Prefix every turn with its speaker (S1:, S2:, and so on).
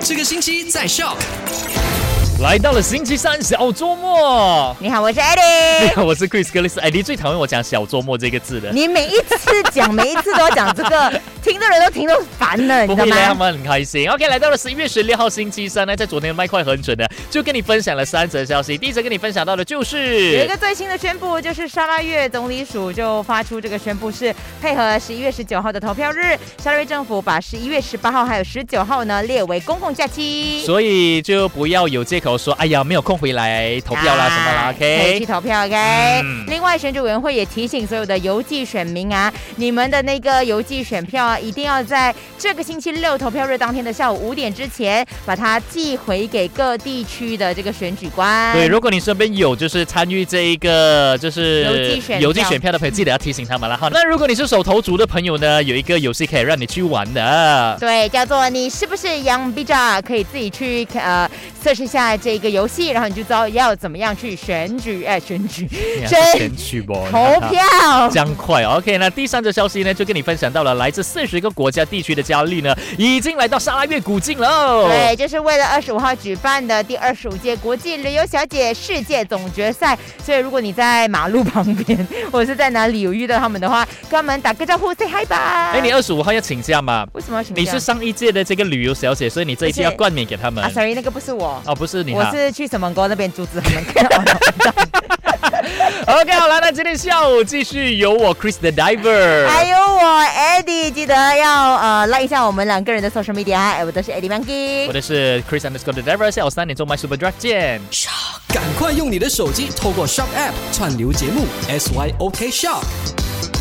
S1: 这个星期在 Shock。
S2: 来到了星期三小周末，
S3: 你好，我是 Eddie。
S2: 我是 Chris 格里斯。哎，你最讨厌我讲小周末这个字的，
S3: 你每一次讲，每一次都要讲这个，听的人都听到烦了，你
S2: 不
S3: 知道
S2: 会的，他
S3: 吗？
S2: 们很开心。OK，来到了十一月十六号星期三呢，在昨天麦快很准的，就跟你分享了三则消息。第一则跟你分享到的就
S3: 有一
S2: 是
S3: 个最新的宣布，就是沙拉越总理署就发出这个宣布，是配合十一月十九号的投票日，沙拉越政府把十一月十八号还有十九号呢列为公共假期。
S2: 所以就不要有借口说，哎呀，没有空回来投票啦什么啦
S3: 哎可以去
S2: ，OK？
S3: 投票，OK、
S2: 嗯
S3: 另外，选举委员会也提醒所有的邮寄选民啊，你们的那个邮寄选票啊，一定要在这个星期六投票日当天的下午五点之前，把它寄回给各地区的这个选举官。
S2: 对，如果你身边有就是参与这一个就是
S3: 邮寄选票
S2: 邮寄选票的朋友，记得要提醒他们了哈。那如果你是手头族的朋友呢，有一个游戏可以让你去玩的。
S3: 对，叫做你是不是 Young b i j a 可以自己去呃测试一下这个游戏，然后你就知道要怎么样去选举，哎、选 举真
S2: 选取不
S3: 投票。
S2: 将快哦 OK，那第三则消息呢，就跟你分享到了，来自四十个国家地区的佳丽呢，已经来到沙拉越古晋喽。
S3: 对，这是为了二十五号举办的第二十五届国际旅游小姐世界总决赛。所以，如果你在马路旁边， 或者是在哪里有遇到他们的话，跟他们打个招呼，say hi 吧。
S2: 哎，你二十五号要请假吗？
S3: 为什么要请假？
S2: 你是上一届的这个旅游小姐，所以你这一届要
S3: 不是
S2: 冠冕给他们
S3: 啊。？Sorry，那个不是我，
S2: 哦，不是你
S3: 我
S2: 哈。
S3: 是去什么国那边阻止他们 看到
S2: OK，好了，那今天下午继续由我 Chris the
S3: 还
S2: Diver。
S3: 有哎我 Eddie，记得要呃拉一下我们两个人的 social media，哎我都是 Eddie Monkey
S2: 我。的是 Chris underscore the Diver，下午三点钟 My Super Drive 见。
S1: 赶快用你的手机透过 Shock App 串流节目 SYOK Shock。